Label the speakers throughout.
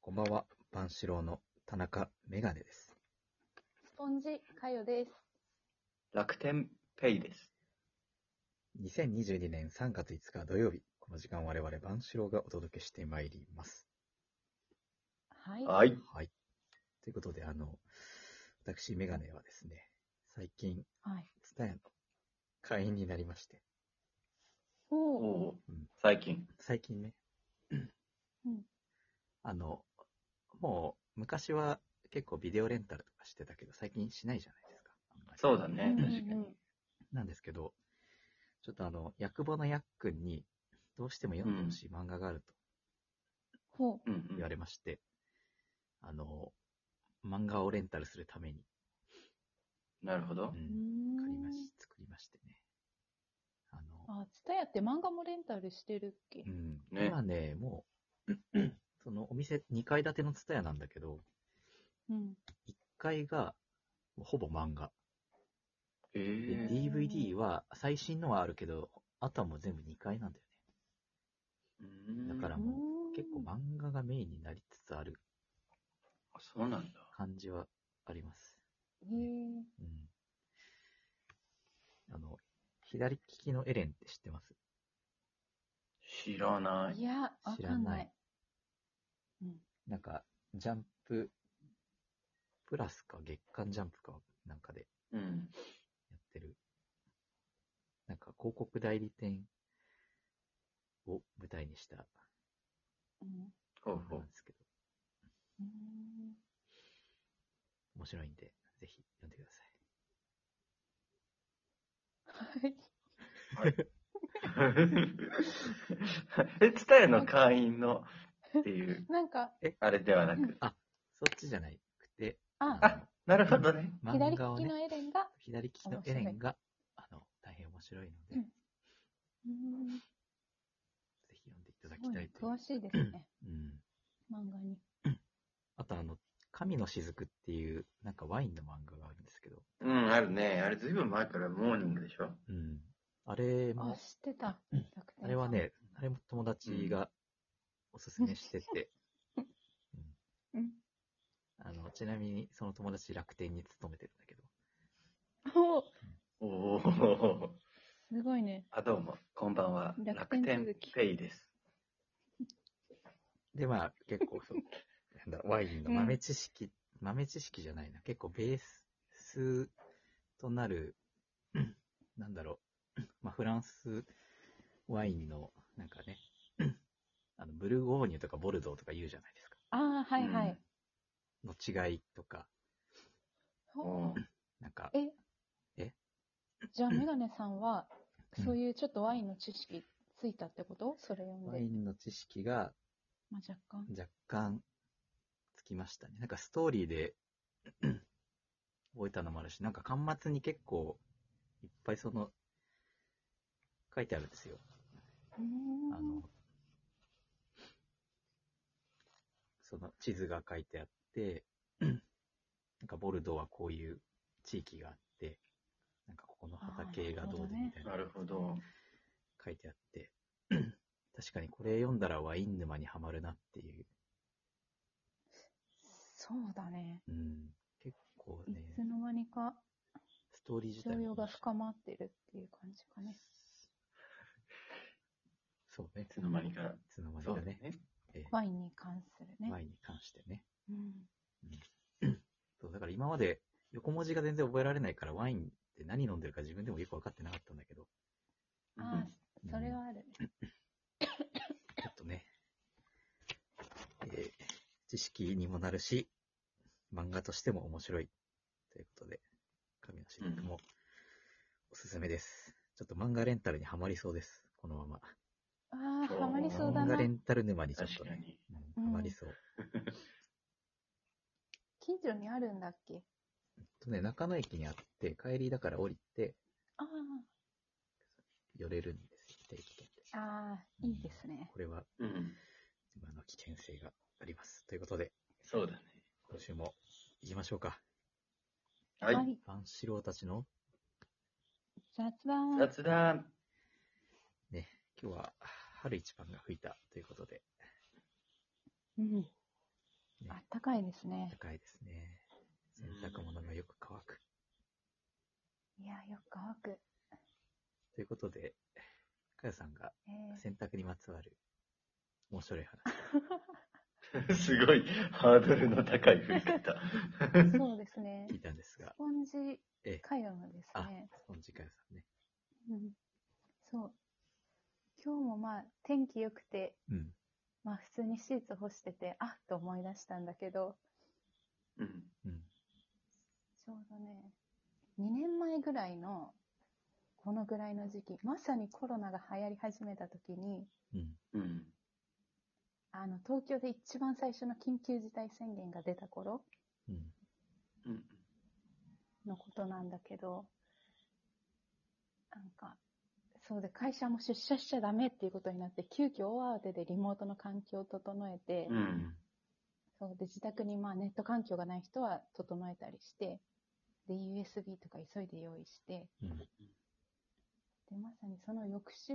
Speaker 1: こんばんは、万四郎の田中メガネです。
Speaker 2: スポンジかよです。
Speaker 3: 楽天ペイです。
Speaker 1: 2022年3月5日土曜日、この時間我々万四郎がお届けしてまいります。
Speaker 2: はい。
Speaker 3: はい。
Speaker 1: はい。ということで、あの、私メガネはですね、最近、
Speaker 2: はい。
Speaker 1: ツタヤの会員になりまして、
Speaker 3: お
Speaker 2: おお。
Speaker 3: お最近。
Speaker 1: 最近ね、
Speaker 2: うん
Speaker 1: あの、もう昔は結構ビデオレンタルとかしてたけど、最近しないじゃないですか。あんまり
Speaker 3: そうだ
Speaker 2: うん
Speaker 3: ね
Speaker 2: う、ん
Speaker 3: 確かに。
Speaker 1: なんですけど、ちょっとあの、役場のやっくんに、どうしても読んでほしい漫画があると
Speaker 2: ほ
Speaker 3: うんうん
Speaker 1: 言われまして、あの、漫画をレンタルするために、
Speaker 3: なるほど
Speaker 1: う。ん、
Speaker 2: う。うーん
Speaker 1: 借りまし、作りましてね。あの、
Speaker 2: あ、ツタヤって漫画もレンタルしてるっけ
Speaker 1: うん、
Speaker 3: ね
Speaker 1: 今ね、もう、そ のお店2階建てのツタヤなんだけど、
Speaker 2: うん。
Speaker 1: 1階が、ほぼ漫画。
Speaker 3: え
Speaker 1: で、
Speaker 3: ー、
Speaker 1: DVD は、最新のはあるけど、あとはもう全部2階なんだよ
Speaker 3: うん
Speaker 1: だから
Speaker 2: うー
Speaker 1: も
Speaker 2: ん
Speaker 1: ね。結構漫画がメインになりつつある
Speaker 3: あそうなんだ。
Speaker 1: 感じはあります。
Speaker 2: へ
Speaker 1: う
Speaker 2: え。
Speaker 1: ん。あの、左利きのエレンって知ってます
Speaker 3: 知らない
Speaker 2: い。や、わ
Speaker 1: 知
Speaker 2: からん
Speaker 1: な
Speaker 2: ないい。うん。
Speaker 1: なんか、ジャンプ、プラスか月刊ジャンプかなんかでや
Speaker 3: うん。
Speaker 1: ってる、なんか広告代理店を舞台にした
Speaker 2: うん
Speaker 3: ほう
Speaker 1: 漫
Speaker 3: ほ
Speaker 1: 画
Speaker 3: う
Speaker 1: なん。ですけど、
Speaker 2: うーん。
Speaker 1: 面白いんで、ぜひ読んでください。
Speaker 2: はい。
Speaker 3: え、ツタヤの会員のっていう、
Speaker 2: なんか、
Speaker 3: あれではなく。
Speaker 1: そっちじゃなくて、
Speaker 2: あ、
Speaker 1: あ
Speaker 3: なるほどね。
Speaker 1: の
Speaker 2: 左
Speaker 1: 漫
Speaker 2: 利
Speaker 1: 画を
Speaker 2: き
Speaker 1: ね
Speaker 2: の、エレンが、
Speaker 1: 左利きのエレンが、あの、大変面白いので、
Speaker 2: うんうーん
Speaker 1: ぜひ読んでいただ
Speaker 2: す
Speaker 1: き
Speaker 2: ごい
Speaker 1: たい
Speaker 2: ね
Speaker 1: という
Speaker 2: 詳。しいですね。
Speaker 1: うん
Speaker 2: 漫画に。
Speaker 1: あとあの、神の雫っていう、なんかワインの漫画があるんですけど、
Speaker 3: うん、あるね。あれずいぶん前からモーニングでしょ。
Speaker 1: うん。あれ
Speaker 2: あ、
Speaker 1: も、
Speaker 2: 知ってた。楽天さん
Speaker 1: あれは、ね、あれも友達がおすすめしてて、
Speaker 2: うん。
Speaker 1: あの、ちなみにその友達楽天に勤めてるんだけど、
Speaker 2: おー
Speaker 3: おお。
Speaker 2: すごいね。
Speaker 3: あ、どうも。こんばんは。
Speaker 2: 楽
Speaker 3: 楽
Speaker 2: 天
Speaker 3: 天
Speaker 2: 鈴木
Speaker 3: ペイです。
Speaker 1: で、まあ結構そう、なんだろうワインの豆知識、豆知識じゃないな、結構ベースとなる、 なんだろう、 まあフランスワインの、なんかね、 あの、ブルゴーニュとかボルドーとか言うじゃないですか。
Speaker 2: ああ、はいはい。
Speaker 1: の違いとか、
Speaker 3: お
Speaker 2: ほ
Speaker 3: おー。
Speaker 1: なんか、
Speaker 2: え
Speaker 1: え
Speaker 2: じゃあ、メガネさんは
Speaker 1: うん、
Speaker 2: そういうちょっとワインの知識ついたってことそれ読ん
Speaker 1: ワ
Speaker 2: で
Speaker 1: イ。ンの知識が
Speaker 2: まあ、若干。
Speaker 1: 若干つきましたね。なんかストーリーで覚えたのもあるし、なんか端末に結構いっぱいその、書いてあるんですよ。
Speaker 2: うーん
Speaker 1: あの、その地図が書いてあって、なんかボルドーはこういう地域があって、なんかここの畑がどうでみたいな
Speaker 3: な。るほど。
Speaker 1: 書いてあって、確かにこれ読んだらワイン沼にはまるなっていう、
Speaker 2: そうだね。
Speaker 1: うん、結構
Speaker 2: い
Speaker 1: ね、
Speaker 2: つの間にか、
Speaker 1: ストーリー自
Speaker 2: 教
Speaker 1: 体
Speaker 2: 養
Speaker 1: も
Speaker 2: が深まってるっていう感じかね。
Speaker 1: そうね、
Speaker 3: いつの間にか。
Speaker 1: いつの間に
Speaker 3: そう
Speaker 1: か
Speaker 3: だ
Speaker 1: ね、
Speaker 3: ね。
Speaker 1: え
Speaker 2: ワインに関する
Speaker 1: えワ
Speaker 2: ね。
Speaker 1: インに関してね。
Speaker 2: うん。
Speaker 1: そうだから今まで横文字が全然覚えられないから、ワインって何飲んでるか自分でもよく分かってなかったんだけど、
Speaker 2: あ
Speaker 3: う
Speaker 2: あ、それはある。
Speaker 1: ちょっとね、えー知識にもなるし、漫画としても面白いということで、神の雫もおすすめです。ちょっと漫画レンタルにはまりそうです、このまま。
Speaker 2: ああ、
Speaker 3: そう
Speaker 2: ハマりそうだ
Speaker 1: 漫画
Speaker 2: な。
Speaker 1: レンタル沼に
Speaker 3: ん
Speaker 1: ちょっと
Speaker 3: 確か
Speaker 1: ね、
Speaker 3: に。
Speaker 1: うんはまりそう。
Speaker 2: 近所にあるんだっけ
Speaker 1: とね、中野駅にあって、帰りだから降りて
Speaker 2: あ
Speaker 1: 寄れるんですよ、定期券で
Speaker 2: あ、ああ、いいですね。
Speaker 1: これは
Speaker 3: うん。
Speaker 1: 今の危険性があります。ということで、
Speaker 3: そうだね。
Speaker 1: 今週も行きましょうか。
Speaker 3: はい。
Speaker 2: はい。
Speaker 1: 万四郎たちの
Speaker 2: 雑談。
Speaker 3: 雑談。
Speaker 1: 今日は春一番が吹いたということで、
Speaker 2: うん。高いですね。
Speaker 1: 高いですね。洗濯物がよく乾く。
Speaker 2: いや、よく乾く。
Speaker 1: ということで、かよさんが
Speaker 2: えー
Speaker 1: 洗濯にまつわる面白い話。
Speaker 3: すごいハードルの高い振り 方。
Speaker 2: そうですね
Speaker 1: 聞。いたんです
Speaker 2: ス
Speaker 1: が、
Speaker 2: ポンジ
Speaker 1: ええ、
Speaker 2: 回路のです
Speaker 1: あ
Speaker 2: ね。、
Speaker 1: スポンジかよさんね。
Speaker 2: うん、そう。今日もまあ、天気良くて、
Speaker 1: うん。
Speaker 2: まあ、普通にシーツ干してて、あっと思い出したんだけど、
Speaker 3: うん。
Speaker 1: うん。
Speaker 2: ちょうどね、2年前ぐらいの、このぐらいの時期、まさにコロナが流行り始めた時に、
Speaker 1: うん。
Speaker 3: うん。
Speaker 2: あの、東京で一番最初の緊急事態宣言が出た頃
Speaker 1: うん。
Speaker 3: うん。
Speaker 2: のことなんだけど、なんか、そうで、会社も出社しちゃダメっていうことになって、急遽大慌てでリモートの環境を整えて、
Speaker 3: う。
Speaker 1: うん
Speaker 2: そうで、自宅にまあネット環境がない人は整えたりして、で、USB とか急いで用意して、
Speaker 1: うん。
Speaker 2: で、まさにその翌週、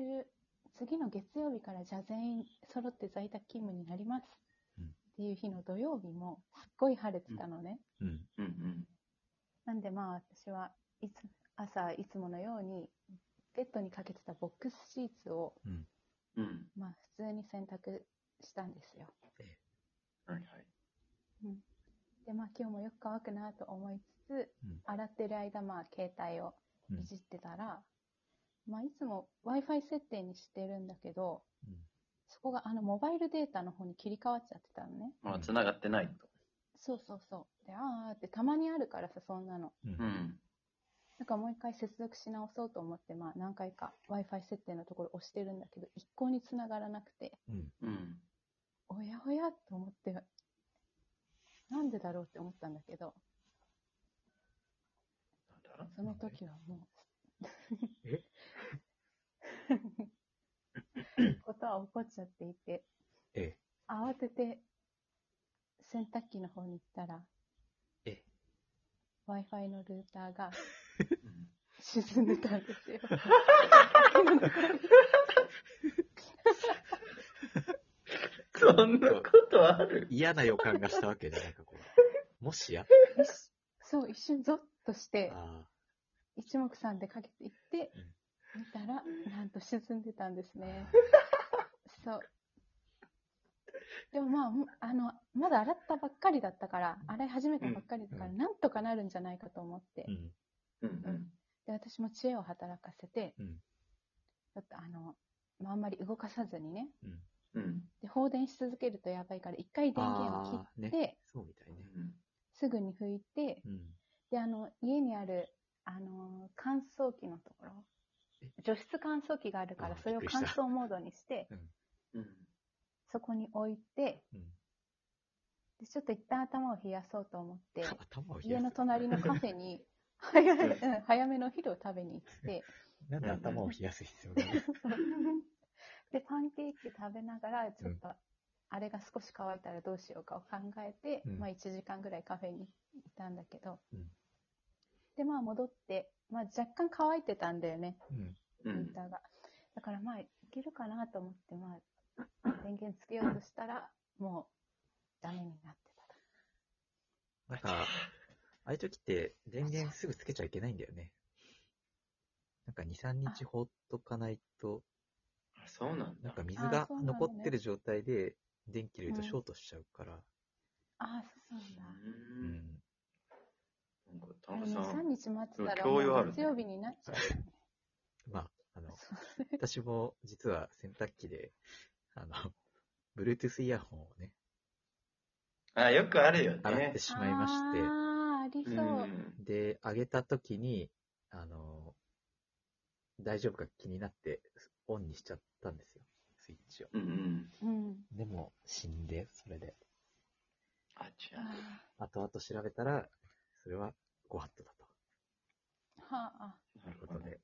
Speaker 2: 次の月曜日からじゃあ全員揃って在宅勤務になりま
Speaker 1: うん
Speaker 2: す。っていう日の土曜日も、すっごい晴れてたのね。
Speaker 1: うん。
Speaker 3: うん。
Speaker 2: なんでまあ私はいつ、朝いつものように、ベッドにかけてたボックスシーツを、
Speaker 3: うん。
Speaker 2: まあ普通に洗濯したんですよ。
Speaker 3: はいはい。
Speaker 2: で、まあ今日もよく乾くなと思いつつ、
Speaker 1: うん
Speaker 2: 洗ってる間まあ携帯を
Speaker 1: うん
Speaker 2: いじってたら、まあいつも Wi-Fi 設定にしてるんだけど、
Speaker 1: うん
Speaker 2: そこがあのモバイルデータの方に切り替わっちゃってたのね。
Speaker 3: まあ、繋がってないと。
Speaker 2: そうそうそう。で、あーってたまにあるからさ、そんなの。
Speaker 1: うん。
Speaker 3: う
Speaker 1: うん。
Speaker 3: ん。
Speaker 2: なんかもう一回接続し直そうと思って、まあ何回か Wi-Fi 設定のところ押してるんだけど、一向に繋がらなくて、
Speaker 1: うん。。
Speaker 3: うん。
Speaker 2: おやおやと思って、なんでだろうって思ったんだけど、
Speaker 3: なんだ
Speaker 2: その時はもう
Speaker 1: え
Speaker 2: ことは起こっちゃっていて、
Speaker 1: ええ。
Speaker 2: 慌てて洗濯機の方に行ったら、
Speaker 1: え
Speaker 2: Wi-Fi のルーター が
Speaker 3: うん
Speaker 2: 沈んでたんですよ。
Speaker 3: そんなことある
Speaker 1: 嫌な予感がしたわけで、なんかこう。もしや
Speaker 2: そう、一瞬ゾッとして、
Speaker 1: あ
Speaker 2: 一目散でかけていって
Speaker 1: うん、
Speaker 2: 見たら、なんと沈んでたんです
Speaker 1: あ。
Speaker 2: ね。そう。でもまあ、もあの、まだ洗ったばっかりだったから、洗い始めたばっかりだから、
Speaker 1: う
Speaker 2: なんとかなるんじゃないかと思って、
Speaker 1: うん。
Speaker 3: うん
Speaker 2: で、私も知恵を働かせて、
Speaker 1: うん
Speaker 2: ちょっとあの、まあ、あんまり動かさずにね、
Speaker 3: うん。うん。
Speaker 2: で、放電し続けるとやばいから、一回電源を
Speaker 1: ああ、
Speaker 2: 切っ
Speaker 1: ね
Speaker 2: て、。
Speaker 1: そうみたいね。
Speaker 2: すぐに拭いて、
Speaker 1: うん。
Speaker 2: で、あの、家にある、あのー乾燥機のところ
Speaker 1: え、
Speaker 2: 除湿乾燥機があるから
Speaker 1: あ、
Speaker 2: それを
Speaker 1: びっくりし
Speaker 2: 乾
Speaker 1: た
Speaker 2: 燥モードにして、
Speaker 3: うん。
Speaker 2: そこに置いて、
Speaker 1: うん。
Speaker 2: で、ちょっと一旦頭を冷やそうと思って、
Speaker 1: 頭を冷や
Speaker 2: 家
Speaker 1: す
Speaker 2: の隣のカフェに、早い
Speaker 3: うん
Speaker 2: うん早めのお昼を食べに行 って、
Speaker 1: なんで頭を冷やす必要がある
Speaker 2: で、パンケーキ食べながら、ちょっと、あれが少し乾いたらどうしようかを考えて、
Speaker 1: うん
Speaker 2: まあ1時間ぐらいカフェにいたんだけど、
Speaker 1: うん
Speaker 2: で、まあ戻って、まあ若干乾いてたんだよね、
Speaker 1: うん。
Speaker 3: う
Speaker 2: モニ
Speaker 3: ん。
Speaker 2: ターが。だからまあ、いけるかなと思って、まあ、電源つけようとしたら、もう、ダメになってたと。
Speaker 1: なんか、ああいう時って電源すぐつけちゃいけないんだよね。なんか2、3日放っとかないと、
Speaker 3: あそうなん
Speaker 1: なん
Speaker 3: だ
Speaker 1: か。水が
Speaker 2: あそうなのね
Speaker 1: 残ってる状態で電気入れるとショートしちゃうから、
Speaker 2: ああ、そうなんだ。
Speaker 1: う
Speaker 3: うん。
Speaker 1: ん。
Speaker 3: なんか
Speaker 2: あ
Speaker 3: 田
Speaker 2: れ
Speaker 3: 中
Speaker 2: ね
Speaker 3: さ
Speaker 2: 3
Speaker 3: ん。
Speaker 2: 日待ってたら、
Speaker 3: 教養あるね
Speaker 2: 月曜日になっちゃう。
Speaker 1: まあ、あの、
Speaker 2: そう
Speaker 1: 私も実は洗濯機で、あの、Bluetooth イヤホンをね、
Speaker 3: あ、よくあるよ
Speaker 1: 洗っ
Speaker 3: ね
Speaker 1: て。しまいまして、
Speaker 2: ああ、ありそう。
Speaker 3: うん。
Speaker 1: で、あげたときに、あの、大丈夫か気になって、オンにしちゃったんですよ、スイッチを。
Speaker 3: うんうん。
Speaker 2: うん。
Speaker 1: でも、死んで、それで。
Speaker 3: あちゃ
Speaker 2: あ
Speaker 1: 後々調べたら、それはご法度だ
Speaker 2: ーはあ、
Speaker 1: ということで、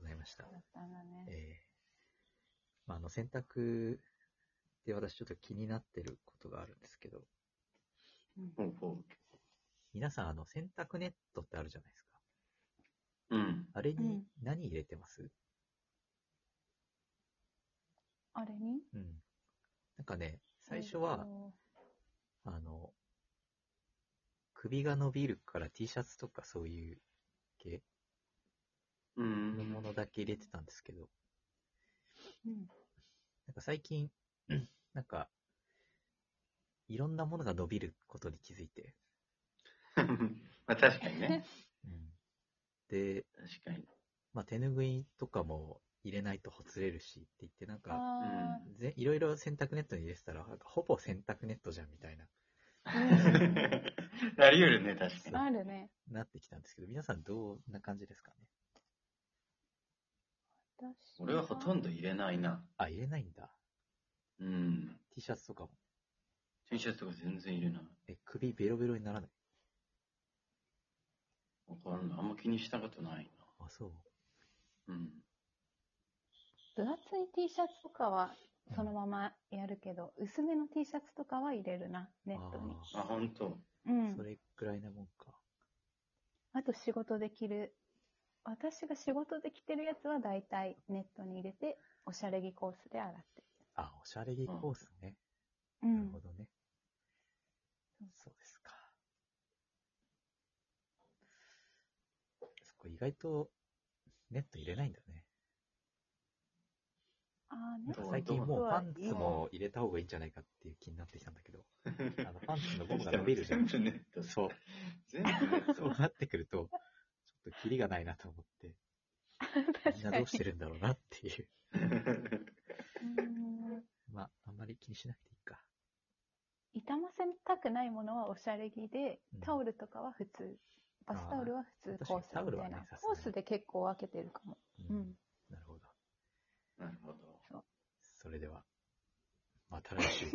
Speaker 1: ございました
Speaker 2: そう。だったんだ
Speaker 1: え
Speaker 2: ね。
Speaker 1: えまあ、あの、洗濯で私ちょっと気になってることがあるんですけど、
Speaker 2: うん
Speaker 3: ほうほ
Speaker 1: 皆さん、あの、洗濯ネットってあるじゃないですか。
Speaker 3: う。うん。
Speaker 1: あれ
Speaker 2: う
Speaker 1: に
Speaker 2: ん
Speaker 1: 何入れてます、
Speaker 2: あれに
Speaker 1: うん、なんかね、最初は、
Speaker 2: えっと
Speaker 1: あの、首が伸びるから T シャツとかそういう系
Speaker 3: う
Speaker 1: の
Speaker 3: ん
Speaker 1: も。のだけ入れてたんですけど、
Speaker 2: うん。
Speaker 1: なんか最近、なんか、いろんなものが伸びることに気づいて、
Speaker 3: まあ確かにね。
Speaker 1: で、
Speaker 3: 確かに。
Speaker 1: まあ、手拭いとかも入れないとほつれるしって言って、なんか、
Speaker 2: あ
Speaker 1: ぜいろいろ洗濯ネットに入れてたら、なんかほぼ洗濯ネットじゃんみたいな、
Speaker 2: うん
Speaker 3: なり得るね、確か
Speaker 2: あ、あるね。
Speaker 1: なってきたんですけど、皆さんどんな感じですかね
Speaker 2: 私
Speaker 3: に。俺はほとんど入れないな。
Speaker 1: あ、入れないんだ。
Speaker 3: うん。
Speaker 1: T シャツとかも。
Speaker 3: T シャツとか全然入れない。
Speaker 1: え、首ベロベロにならない。
Speaker 3: わかんない。あんま気にしたことない
Speaker 1: あ、そう。
Speaker 3: な。うん。
Speaker 2: 分厚い T シャツとかはそのままやるけど、薄めの T シャツとかは入れるな、ネットに。
Speaker 3: あ、ほんと。
Speaker 2: う
Speaker 1: あー
Speaker 2: ん
Speaker 1: そ。れくらいなもんか。
Speaker 2: あと仕事で着る。私が仕事で着てるやつは大体ネットに入れて、おしゃれ着コースで洗って。
Speaker 1: あ、おしゃれ着コースね。
Speaker 2: う
Speaker 1: なる
Speaker 2: ん
Speaker 1: ほ。どね。そうですか。そこ意外とネット入れないんだね。
Speaker 2: あ
Speaker 1: なんか
Speaker 2: あね。
Speaker 3: どう
Speaker 1: 最近もう
Speaker 2: どう
Speaker 1: パンツも入れた方がいいんじゃないかっていう気になってきたんだけど、あのパンツのゴムが伸びるじゃん。
Speaker 3: 全部ネット。
Speaker 1: そう。
Speaker 3: 全部ネッ
Speaker 1: そう
Speaker 3: ト。
Speaker 1: なってくると、ちょっとキリがないなと思って、みんなどうしてるんだろうなっていう。
Speaker 2: うん
Speaker 1: まあ、あんまり気にしなくていいか。
Speaker 2: 傷ませたくないものはおしゃれ着で
Speaker 1: うん、
Speaker 2: タオルとかは普通。バスタオルは普通コース
Speaker 1: 確かにタオ
Speaker 2: み
Speaker 1: ル
Speaker 2: た
Speaker 1: はいね
Speaker 2: な
Speaker 1: さ。すが
Speaker 2: コ
Speaker 1: に
Speaker 2: ースで結構分けてるかも。
Speaker 1: う
Speaker 2: うんん。
Speaker 1: なるほど。
Speaker 3: なるほど。
Speaker 1: それでは、また来週。